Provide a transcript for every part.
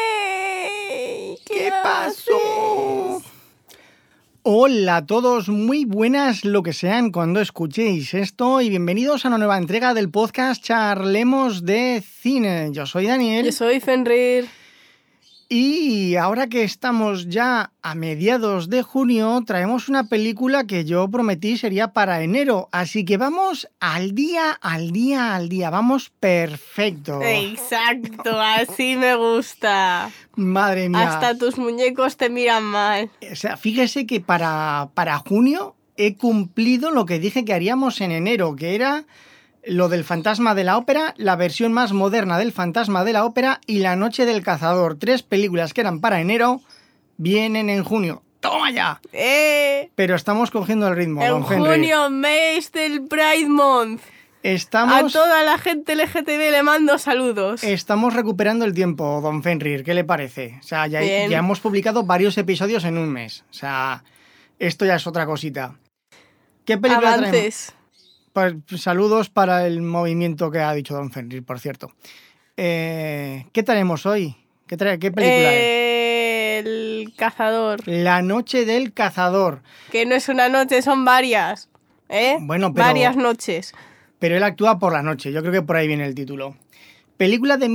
Güey, ¿qué, ¿Qué pasó? haces? Hola a todos, muy buenas lo que sean cuando escuchéis esto y bienvenidos a una nueva entrega del podcast Charlemos de Cine. Yo soy Daniel Yo soy Fenrir. y ahora que estamos ya a mediados de junio traemos una película que yo prometí sería para enero, así que vamos al día, al día, al día, vamos perfecto. Exacto, así me gusta. Madre mía. Hasta tus muñecos te miran mal. O sea, fíjese que para, para junio he cumplido lo que dije que haríamos en enero, que era lo del fantasma de la ópera, la versión más moderna del fantasma de la ópera y La Noche del Cazador. Tres películas que eran para enero vienen en junio. ¡Toma ya! ¡Eh! Pero estamos cogiendo el ritmo, En don Henry. junio, mes del Pride Month. A Estamos, toda la gente LGTB le mando saludos. estamos recuperando el tiempo, don Fenrir. ¿Qué le parece? O sea, ya, Bien. ya hemos publicado varios episodios en un mes. O sea, esto ya es otra cosita. ¿Qué película traemos? Avances. Pa- saludos para el movimiento que ha dicho Don Fenrir, por cierto. Eh, ¿Qué traemos hoy? ¿Qué, trae- qué Eh. película eh. El cazador. es? La noche del cazador. Que no es una noche, son varias. ¿Eh? Bueno, pero- Varias noches. Pero él actúa por la noche, yo creo que por ahí viene el título. Película de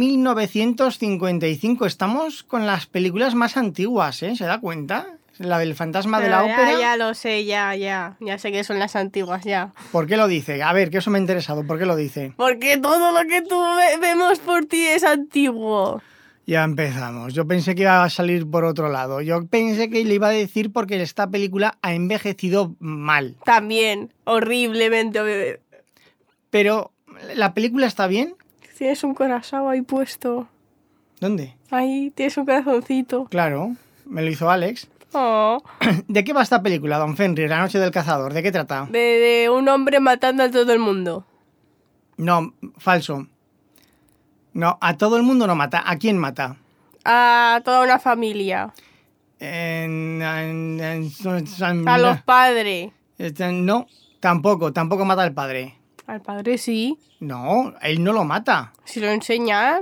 1955. Estamos con las películas más antiguas, ¿eh? ¿Se da cuenta? La del fantasma de la Ya, ópera. Ya lo sé, ya, ya. Ya sé que son las antiguas, ya. ¿Por qué lo dice? A ver, que eso me ha interesado. ¿Por qué lo dice? Porque todo lo que tú ve- vemos por ti es antiguo. Ya empezamos. Yo pensé que iba a salir por otro lado. Yo pensé que le iba a decir porque esta película ha envejecido mal. También, horriblemente. horrible. Pero, ¿la película está bien? Tienes un corazón ahí puesto. ¿Dónde? Ahí tienes un corazoncito. Claro, me lo hizo Alex. Oh. ¿De qué va esta película, Don Fenrir? La noche del cazador. ¿De qué trata? De, de un hombre matando a todo el mundo. No, falso. No, a todo el mundo no mata. ¿A quién mata? A toda una familia. En- en- en- A los padres. Este, No, tampoco, tampoco mata al padre. Al padre sí. No, él no lo mata. Si lo enseñas.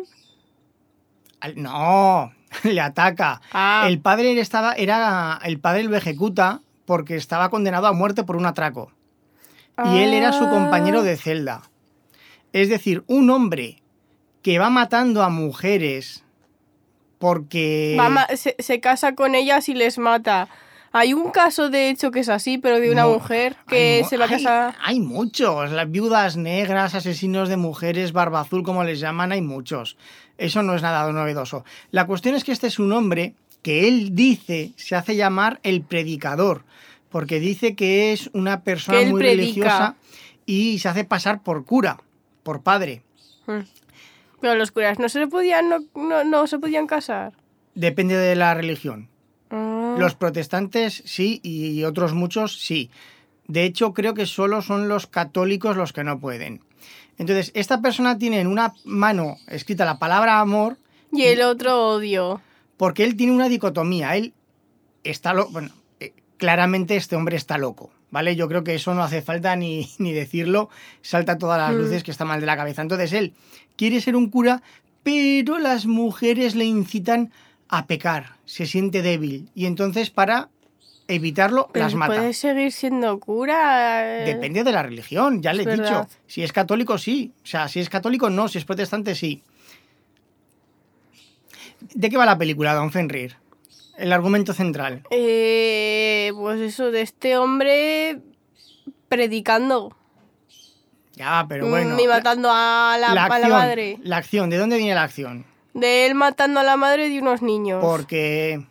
Al- No, le ataca. Ah. El padre estaba, era, el padre lo ejecuta porque estaba condenado a muerte por un atraco. Y él era Ah. su compañero de celda. Es decir, un hombre que va matando a mujeres porque... Va ma- Ah. se, se casa con ellas y les mata. Hay un caso, de hecho, que es así, pero de una Mo- mujer Hay que mu- se va a hay- casar. Hay, muchos, las viudas negras, asesinos de mujeres, barba azul, como les llaman, hay muchos. Eso no es nada novedoso. La cuestión es que este es un hombre que él dice, se hace llamar el predicador, porque dice que es una persona Que él muy predica. religiosa y se hace pasar por cura, por padre. Mm. Pero los curas no se le podían, no, no- no se podían casar. Depende de la religión. Ah. Los protestantes sí y otros muchos sí. De hecho, creo que solo son los católicos los que no pueden. Entonces, esta persona tiene en una mano escrita la palabra amor Y el otro odio. porque él tiene una dicotomía. Él está loco. Bueno, eh, claramente este hombre está loco, ¿vale? Yo creo que eso no hace falta ni, ni decirlo. Salta todas las Mm. luces que está mal de la cabeza. Entonces, él quiere ser un cura, pero las mujeres le incitan a pecar. Se siente débil. Y entonces, para evitarlo, Pero las mata. ¿Puedes seguir siendo cura? Eh, Depende de la religión, ya le he Es verdad. dicho. Si es católico, sí. O sea, si es católico, no. Si es protestante, sí. ¿De qué va la película, Don Fenrir? El argumento central. eh, pues eso, de este hombre predicando Ya, pero Mm, bueno. y matando a la, a la acción, madre. La acción, ¿de dónde viene la acción? De él matando a la madre de unos niños. Porque.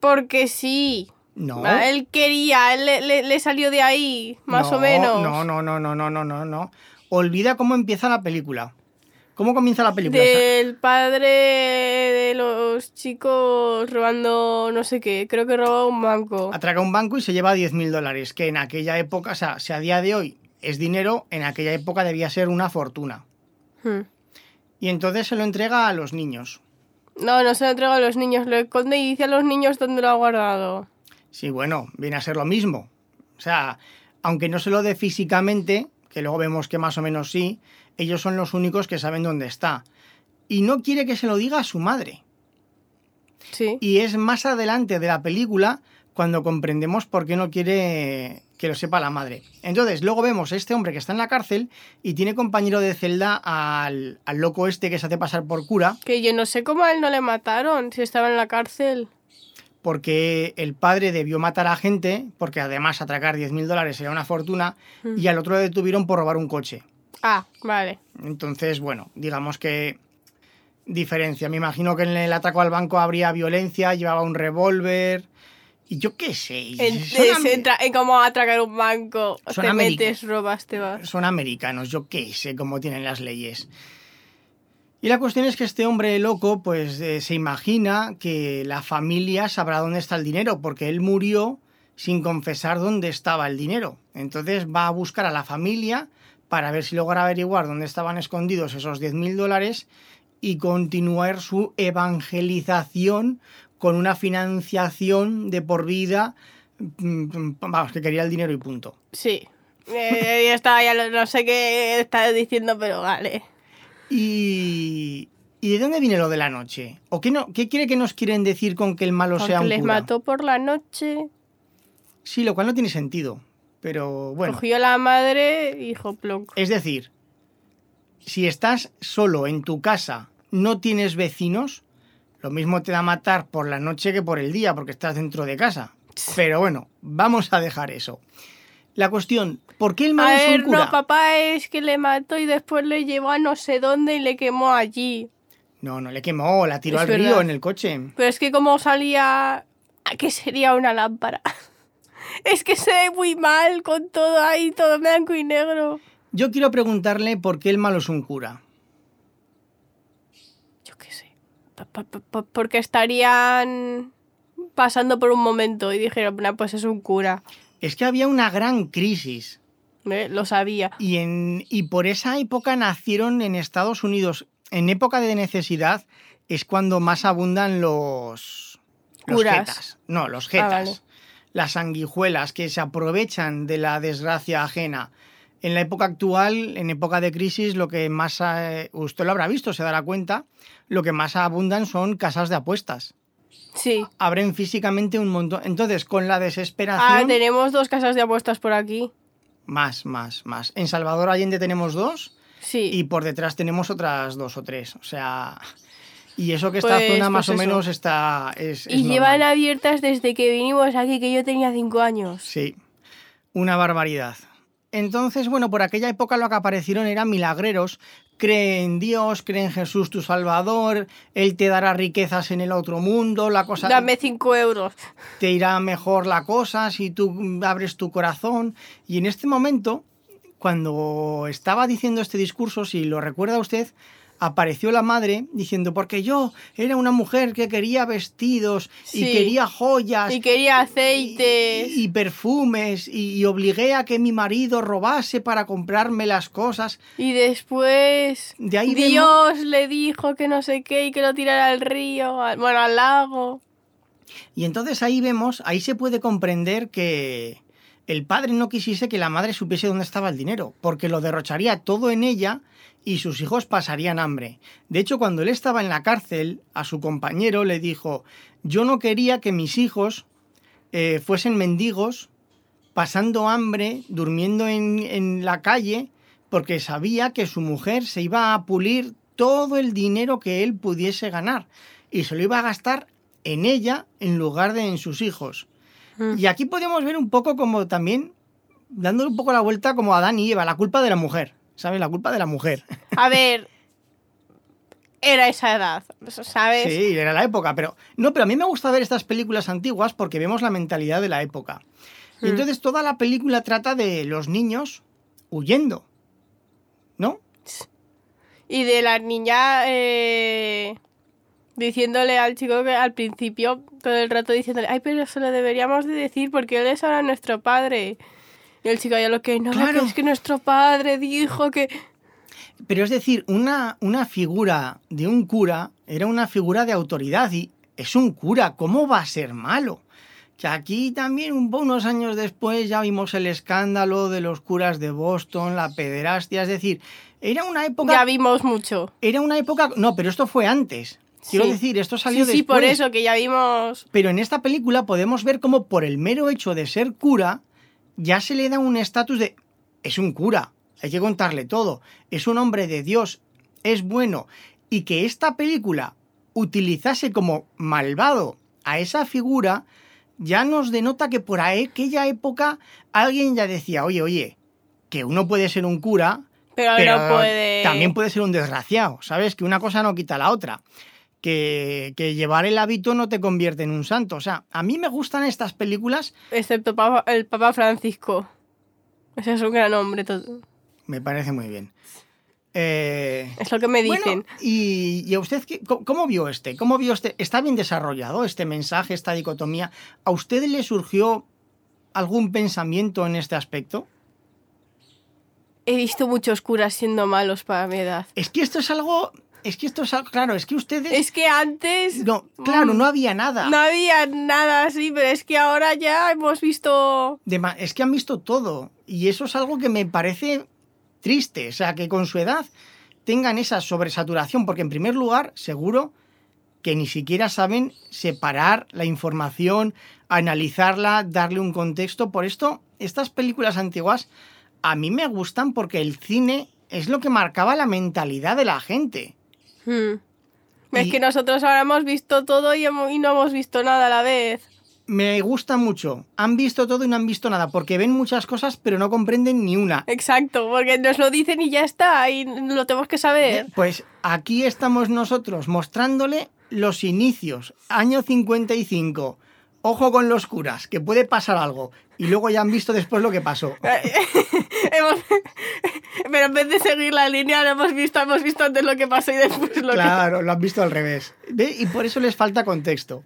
Porque sí. No. Ah, Él quería, él le, le- le salió de ahí, más no, o menos. No, no, no, no, no, no, no, no. Olvida cómo empieza la película. ¿Cómo comienza la película? Del padre de los chicos robando no sé qué, creo que robaba un banco. atraca un banco y se lleva 10.000 dólares, que en aquella época, o sea, si a día de hoy es dinero, en aquella época debía ser una fortuna. Hmm. Y entonces se lo entrega a los niños. No, no se lo entrega a los niños, lo esconde y dice a los niños dónde lo ha guardado. Sí, bueno, viene a ser lo mismo. O sea, aunque no se lo dé físicamente, que luego vemos que más o menos sí, ellos son los únicos que saben dónde está. y no quiere que se lo diga a su madre. Sí. Y es más adelante de la película cuando comprendemos por qué no quiere que lo sepa la madre. Entonces, luego vemos a este hombre que está en la cárcel y tiene compañero de celda al, al loco este que se hace pasar por cura, Que yo no sé cómo a él no le mataron si estaba en la cárcel. porque el padre debió matar a gente, porque además atracar 10.000 dólares era una fortuna, Mm. y al otro lo detuvieron por robar un coche. Ah, vale. Entonces, bueno, digamos que diferencia. Me imagino que en el ataco al banco habría violencia, llevaba un revólver y yo qué sé. y En, son, am- es entra- en cómo atracar un banco, Son te americanos. metes, robas, te vas. son americanos, yo qué sé cómo tienen las leyes. Y la cuestión es que este hombre loco, pues eh, se imagina que la familia sabrá dónde está el dinero, porque él murió sin confesar dónde estaba el dinero. Entonces va a buscar a la familia para ver si logra averiguar dónde estaban escondidos esos 10.000 dólares y continuar su evangelización con una financiación de por vida, mm, mm, vamos, que quería el dinero y punto. Sí. Eh, ya está, ya lo- no sé qué estás diciendo, pero vale. ¿Y, ¿y de dónde viene lo de la noche? ¿O qué, no, qué quiere que nos quieren decir con que el malo sea Porque un les cura? mató por la noche, Sí, lo cual no tiene sentido. Pero bueno, cogió la madre y dijo plonk. es decir, si estás solo en tu casa, no tienes vecinos, lo mismo te da matar por la noche que por el día, porque estás dentro de casa. Pero bueno, vamos a dejar eso. La cuestión, ¿por qué el malo A es un ver, cura? no, papá es que le mató y después le llevó a no sé dónde y le quemó allí. no, no le quemó, la tiró Es al río verdad. en el coche. Pero es que como salía... ¿A qué sería una lámpara? es que se ve muy mal con todo ahí, todo blanco y negro. Yo quiero preguntarle por qué el malo es un cura. Yo qué sé. Pa- pa- pa- pa- Porque estarían pasando por un momento y dijeron, "Nah, pues es un cura. Es que había una gran crisis Eh, Lo sabía. y, en, y por esa época nacieron en Estados Unidos, en época de necesidad, es cuando más abundan los, los Curas. Ah, jetas. No, los jetas. vale. Las sanguijuelas que se aprovechan de la desgracia ajena. En la época actual, en época de crisis, lo que más... eh, usted lo habrá visto, se dará cuenta, lo que más abundan son casas de apuestas. Sí. Abren físicamente un montón. Entonces, con la desesperación... Ah, tenemos dos casas de apuestas por aquí. Más, más, más. En Salvador Allende tenemos dos Sí. y por detrás tenemos otras dos o tres. O sea, y eso que esta Pues- zona más pues o eso. menos está... Es, es y llevan normal. abiertas desde que vinimos aquí, que yo tenía cinco años. Sí, una barbaridad. Entonces, bueno, por aquella época lo que aparecieron eran milagreros. Cree en Dios, cree en Jesús tu Salvador, Él te dará riquezas en el otro mundo, la cosa... Dame cinco euros. te irá mejor la cosa si tú abres tu corazón. Y en este momento, cuando estaba diciendo este discurso, si lo recuerda usted, apareció la madre diciendo, porque yo era una mujer que quería vestidos y Sí. quería joyas. Y quería aceites. y- y perfumes y, y obligué a que mi marido robase para comprarme las cosas. Y después De ahí vemos- Dios le dijo que no sé qué y que lo tirara al río, al- bueno, al lago. Y entonces ahí vemos, ahí se puede comprender que el padre no quisiese que la madre supiese dónde estaba el dinero, porque lo derrocharía todo en ella y sus hijos pasarían hambre. De hecho, cuando él estaba en la cárcel, a su compañero le dijo, yo no quería que mis hijos eh, fuesen mendigos, pasando hambre, durmiendo en, en la calle, porque sabía que su mujer se iba a pulir todo el dinero que él pudiese ganar y se lo iba a gastar en ella en lugar de en sus hijos. Y aquí podemos ver un poco como también, dándole un poco la vuelta como Adán y Eva, la culpa de la mujer, ¿sabes? La culpa de la mujer. A ver, era esa edad, ¿sabes? Sí, era la época, pero no, pero a mí me gusta ver estas películas antiguas porque vemos la mentalidad de la época. Y Hmm. entonces toda la película trata de los niños huyendo. ¿No? Y de la niña eh, diciéndole al chico que al principio, todo el rato diciéndole, ay, pero se lo deberíamos de decir porque él es ahora nuestro padre. Y el chico ya lo que no, Claro. que es que nuestro padre dijo que... Pero es decir, una, una figura de un cura era una figura de autoridad y es un cura, ¿cómo va a ser malo? Que aquí también un, unos años después ya vimos el escándalo de los curas de Boston, la pederastia, es decir, era una época... Ya vimos mucho. Era una época... No, pero esto fue antes. Quiero Sí. decir, esto Sí, salió sí, después. por eso que ya vimos... Pero en esta película podemos ver cómo por el mero hecho de ser cura, ya se le da un estatus de... Es un cura, hay que contarle todo. Es un hombre de Dios, es bueno. Y que esta película utilizase como malvado a esa figura, ya nos denota que por aquella época alguien ya decía, oye, oye, que uno puede ser un cura, Pero, pero no puede... también puede ser un desgraciado, ¿sabes? Que una cosa no quita la otra. Que, que llevar el hábito no te convierte en un santo. O sea, a mí me gustan estas películas, Excepto Papa- el Papa Francisco. Ese es un gran hombre. to- me parece muy bien. Eh, Es lo que me bueno, dicen. y, y a usted qué- co- cómo vio este? ¿Cómo vio este? ¿Está bien desarrollado este mensaje, esta dicotomía? ¿A usted le surgió algún pensamiento en este aspecto? He visto muchos curas siendo malos para mi edad. Es que esto es algo. Es que esto es algo. Claro, es que ustedes. Es que antes No, claro, Mm. no había nada. no había nada así, pero es que ahora ya hemos visto... de ma- es que han visto todo. Y eso es algo que me parece triste. O sea, que con su edad tengan esa sobresaturación. Porque en primer lugar, seguro que ni siquiera saben separar la información, analizarla, darle un contexto. Por esto, estas películas antiguas a mí me gustan porque el cine es lo que marcaba la mentalidad de la gente. Hmm. Es Y- que nosotros ahora hemos visto todo y, hemo- y no hemos visto nada a la vez. Me gusta mucho. Han visto todo y no han visto nada, porque ven muchas cosas pero no comprenden ni una. Exacto, porque nos lo dicen y ya está, y lo tenemos que saber. Pues aquí estamos nosotros mostrándole los inicios, año 55. Ojo con los curas, que puede pasar algo. Y luego ya han visto después lo que pasó. Hemos- Pero en vez de seguir la línea, lo hemos visto, hemos visto antes lo que pasó y después lo Claro, lo han visto al revés. ¿Ve? Y por eso les falta contexto.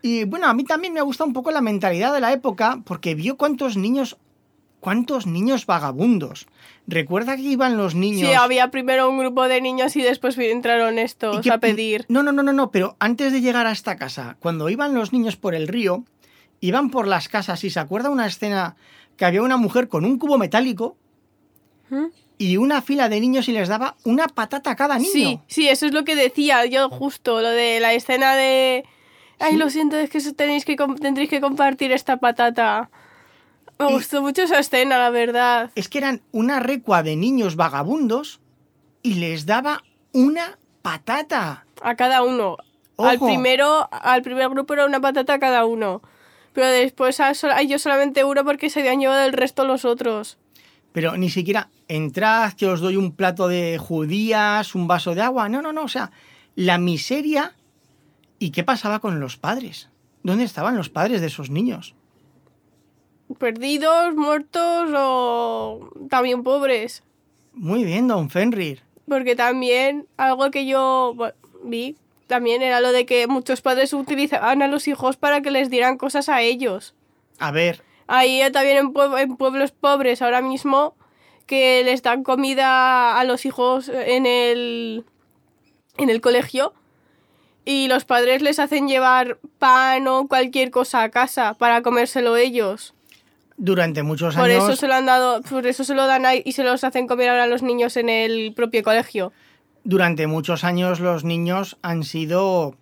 Y bueno, a mí también me gusta un poco la mentalidad de la época, porque vio cuántos niños, cuántos niños vagabundos. Recuerda que iban los que... niños. Sí, había primero un grupo de niños y después entraron ¿Y estos qué- a pedir. No, no, no, no, no, pero antes de llegar a esta casa, cuando iban los niños por el río, iban por las casas y se acuerda una escena que había una mujer con un cubo metálico ¿Mm? y una fila de niños y les daba una patata a cada niño. Sí, sí, eso es lo que decía yo justo, lo de la escena de... Ay, Sí. lo siento, es que eso tenéis que com- tendréis que compartir esta patata. Me Y- gustó mucho esa escena, la verdad. Es que eran una recua de niños vagabundos y les daba una patata. A cada uno. Ojo. Al primero, al primer grupo era una patata a cada uno. Pero después a, sol- a ellos solamente uno porque se habían llevado el resto los otros. Pero ni siquiera entrad, que os doy un plato de judías, un vaso de agua. No, no, no. O sea, la miseria. ¿Y qué pasaba con los padres? ¿Dónde estaban los padres de esos niños? Perdidos, muertos o también pobres. Muy bien, don Fenrir. Porque también algo que yo bueno, vi también era lo de que muchos padres utilizaban a los hijos para que les dieran cosas a ellos. A ver, Ahí eh, también en, pue- en pueblos pobres ahora mismo que les dan comida a los hijos en el, en el colegio y los padres les hacen llevar pan o cualquier cosa a casa para comérselo ellos. durante muchos Por años. eso se lo han dado, por eso se lo dan ahí y se los hacen comer ahora a los niños en el propio colegio. Durante muchos años los niños han sido.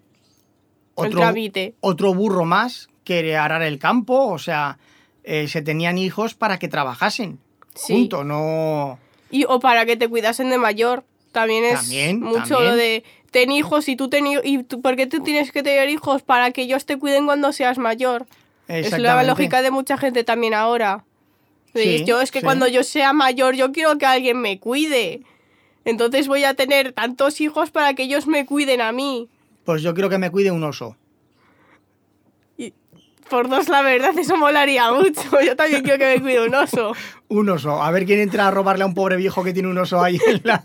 el Otro, trámite. otro burro más que arar el campo. O sea, eh, se tenían hijos para que trabajasen. Sí. Punto, no. Y, o para que te cuidasen de mayor. También es También, mucho también. lo de ten hijos y tú ten hi- y tú, ¿por qué tú tienes que tener hijos? Para que ellos te cuiden cuando seas mayor. Es la Exactamente. lógica de mucha gente también ahora. Dices, Sí, yo es que sí. cuando yo sea mayor yo quiero que alguien me cuide. Entonces voy a tener tantos hijos para que ellos me cuiden a mí. Pues yo quiero que me cuide un oso. Por dos, la verdad, eso molaría mucho. Yo también quiero que me cuide un oso. Un oso. A ver quién entra a robarle a un pobre viejo que tiene un oso ahí en la.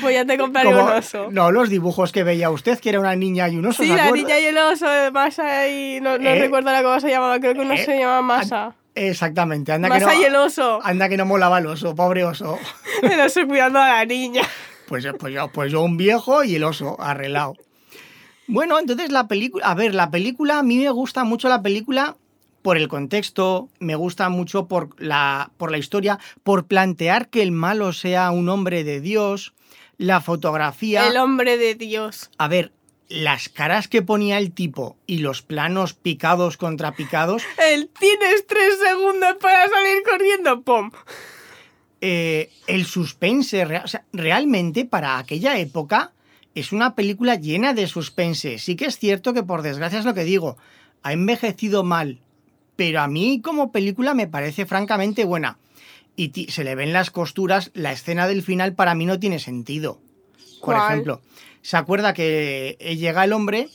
Voy a te compraré Como- un oso. No, los dibujos que veía usted, que era una niña y un oso. Sí, ¿se la acuerda? niña y el oso de Masa y... No, no Eh. recuerdo la cómo se llamaba, creo que uno Eh. se llamaba Masa. Exactamente. Anda que, Masa no, Ah, y el oso. anda que no molaba el oso, pobre oso. eh, El oso cuidando a la niña. Pues, pues, yo, pues yo un viejo y el oso, arreglado. Bueno, entonces la película, a ver, la película, a mí me gusta mucho la película por el contexto, me gusta mucho por la, por la historia, por plantear que el malo sea un hombre de Dios, la fotografía... El hombre de Dios. A ver, las caras que ponía el tipo y los planos picados contra picados, El tienes tres segundos para salir corriendo, ¡pum! eh, el suspense, rea- o sea, realmente para aquella época es una película llena de suspense. Sí que es cierto que por desgracia es lo que digo, ha envejecido mal, pero a mí como película me parece francamente buena. Y ti- se le ven las costuras, la escena del final para mí no tiene sentido. Por ¿Cuál? ejemplo, se acuerda que eh, llega el hombre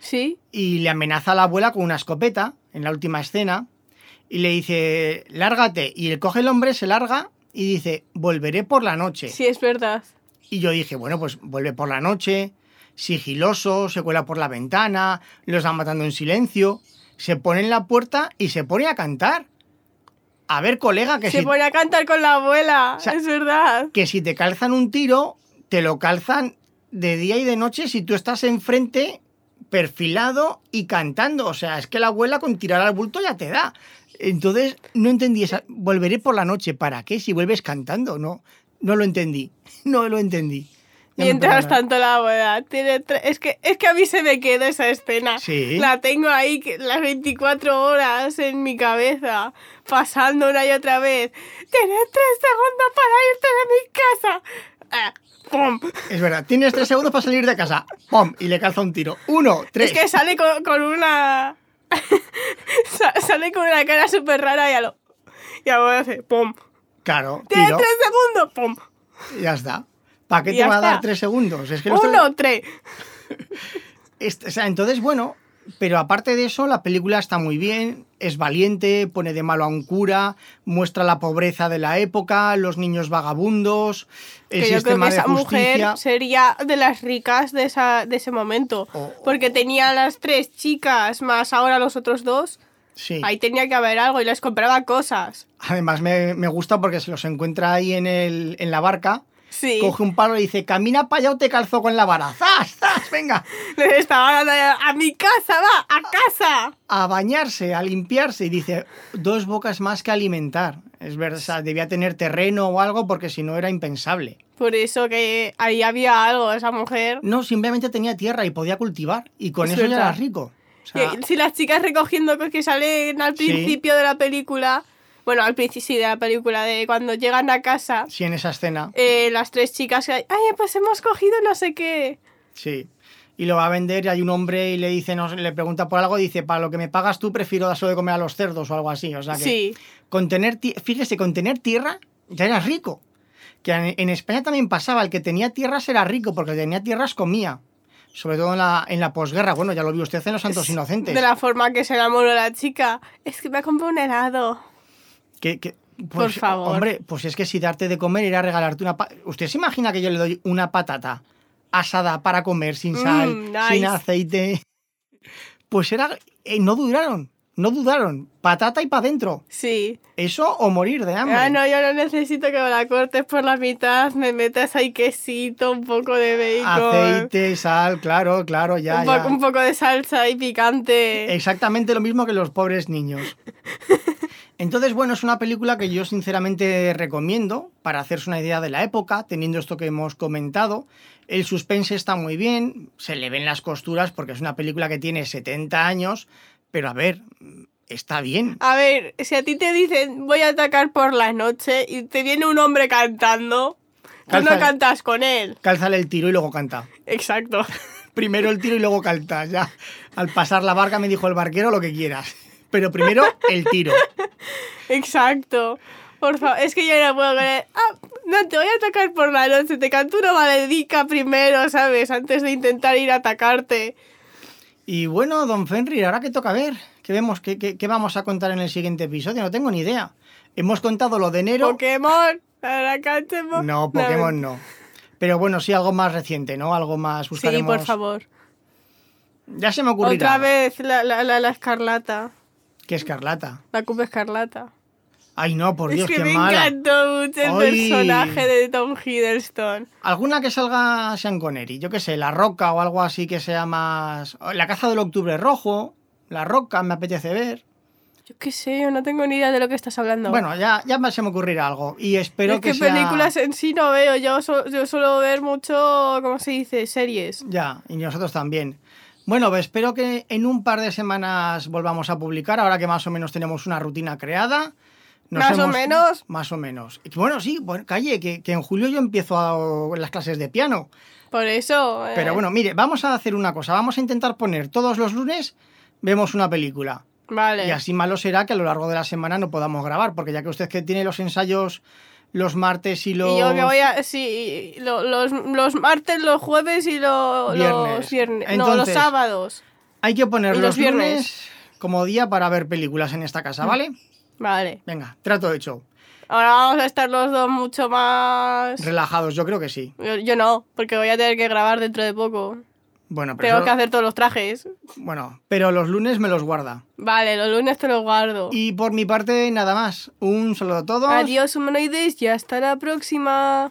Sí, y le amenaza a la abuela con una escopeta en la última escena y le dice, lárgate. Y él coge el hombre, se larga y dice, volveré por la noche. sí, es verdad. Y yo dije, bueno, pues vuelve por la noche, sigiloso, se cuela por la ventana, los va matando en silencio, se pone en la puerta y se pone a cantar. A ver, colega, que, Se si, pone a cantar con la abuela, O sea, es verdad. que si te calzan un tiro, te lo calzan de día y de noche si tú estás enfrente, perfilado y cantando. O sea, es que la abuela con tirar al bulto ya te da. Entonces, no entendí esa... Volveré por la noche, ¿para qué? Si vuelves cantando, no. No lo entendí. No lo entendí. Ya me Mientras perdonarás. tanto la abuela tiene tre- es que es que a mí se me quedó esa escena. Sí. La tengo ahí que- las 24 horas en mi cabeza, pasando una y otra vez. Tienes tres segundos para irte de mi casa. Ah, ¡Pum! Es verdad, tienes tres segundos para salir de casa. ¡Pum! Y le calza un tiro. Uno, tres. Es que sale con, con una. sa- sale con una cara súper rara y a lo. Y a lo hace ¡Pum! Claro, ¡Tienes tiro. tres segundos! ¡Pum! Ya está. ¿Para qué Y te ya va a dar está. tres segundos? Es que no está- ¡Uno, tres! Este- o sea, entonces, bueno, pero aparte de eso, la película está muy bien, es valiente, pone de malo a un cura, muestra la pobreza de la época, los niños vagabundos, el que yo creo sistema que esa de justicia. mujer sería de las ricas de, esa, de ese momento. O- Porque tenía a las tres chicas más ahora los otros dos. Sí. Ahí tenía que haber algo y les compraba cosas. Además, me, me gusta porque se los encuentra ahí en, el, en la barca. Sí. Coge un palo y dice, camina para allá o te calzo con la vara. ¡Zas, zas! Venga, Les estaba dando a, a mi casa, va, a casa. a bañarse, a limpiarse. Y dice, dos bocas más que alimentar. Es verdad, o sea, debía tener terreno o algo porque si no era impensable. Por eso que ahí había algo, esa mujer. No, simplemente tenía tierra y podía cultivar. Y con Es eso ya verdad. era rico. O sea, Y- si las chicas recogiendo cosas que salen al Sí. principio de la película. Bueno, al principio sí, de la película, de cuando llegan a casa, sí, en esa escena. eh, las tres chicas, ay, pues hemos cogido no sé qué. Sí. Y lo va a vender y hay un hombre y le dice, no, sé, le pregunta por algo y dice, para lo que me pagas tú prefiero dárselo de comer a los cerdos o algo así. O sea que Sí. con tener ti- fíjese, con tener tierra ya era rico. Que en, en España también pasaba, el que tenía tierras era rico, porque el que tenía tierras comía. Sobre todo en la, en la posguerra. Bueno, ya lo vio usted en Los Santos Es Inocentes. De la forma que se enamoró la chica. Es que me ha comprado un helado. Que- que- Por favor. Hombre, pues es que si darte de comer era regalarte una... pa- ¿Usted se imagina que yo le doy una patata asada para comer sin sal, Mm, nice. sin aceite? Pues era... eh, no dudaron, no dudaron. Patata y para adentro. Sí. Eso o morir de hambre. Ah, no, yo no necesito que me la cortes por la mitad, me metas ahí quesito, un poco de bacon, Aceite, sal, claro, claro, ya, un, ya. poco- un poco de salsa y picante. Exactamente lo mismo que los pobres niños. Entonces, bueno, es una película que yo sinceramente recomiendo para hacerse una idea de la época, teniendo esto que hemos comentado. El suspense está muy bien, se le ven las costuras porque es una película que tiene 70 años, pero a ver, está bien. A ver, si a ti te dicen voy a atacar por la noche y te viene un hombre cantando, tú no Cálzale. cantas con él. Cálzale el tiro y luego canta. Exacto. Primero el tiro y luego canta, ya. Al pasar la barca me dijo el barquero lo que quieras, pero primero el tiro. Exacto. Por favor, es que yo no puedo creer. Ah, no, te voy a atacar por la noche. Te canto una maledica primero, ¿sabes? Antes de intentar ir a atacarte. Y bueno, don Fenrir, ahora que toca ver, ¿qué vemos? ¿Qué, qué, qué vamos a contar en el siguiente episodio? No tengo ni idea. Hemos contado lo de enero. Pokémon. Ahora cantemos. No, Pokémon no. Pero bueno, sí algo más reciente, ¿no? Algo más Sí, buscaremos. por favor. Ya se me ocurrirá. Otra vez la, la, la, la escarlata. Que escarlata. La cupa escarlata. Ay, no, por Dios, es que qué me mala. encantó mucho el Ay. personaje de Tom Hiddleston. Alguna que salga Sean Connery, yo qué sé, La Roca o algo así que sea más. La Caza del Octubre Rojo, La Roca, me apetece ver. Yo qué sé, yo no tengo ni idea de lo que estás hablando. Bueno, ya, ya se me ocurrirá algo. Y espero es que que, sea- películas en sí no veo, yo, su- yo suelo ver mucho, ¿cómo se dice? Series. Ya, y nosotros también. Bueno, pues espero que en un par de semanas volvamos a publicar, ahora que más o menos tenemos una rutina creada. Más o menos. Más o menos. Y Bueno, sí, bueno, calle, que, que en julio yo empiezo a- las clases de piano. Por eso. eh, Pero bueno, mire, vamos a hacer una cosa. Vamos a intentar poner todos los lunes, vemos una película. Vale. Y así malo será que a lo largo de la semana no podamos grabar, porque ya que usted que tiene los ensayos los martes y los... Y yo que voy a. Sí, y lo- los, los martes, los jueves y lo- Viernes. los viernes. no, los Entonces, sábados. Hay que poner y los, los viernes. Mm. lunes como día para ver películas en esta casa, ¿vale? Vale. Venga, trato hecho. Ahora vamos a estar los dos mucho más. Relajados, yo creo que sí. Yo, yo no, porque voy a tener que grabar dentro de poco. Bueno, pero, Tengo eso- que hacer todos los trajes. bueno, pero los lunes me los guarda. Vale, los lunes te los guardo. Y por mi parte, nada más. Un saludo a todos. Adiós, humanoides, y hasta la próxima.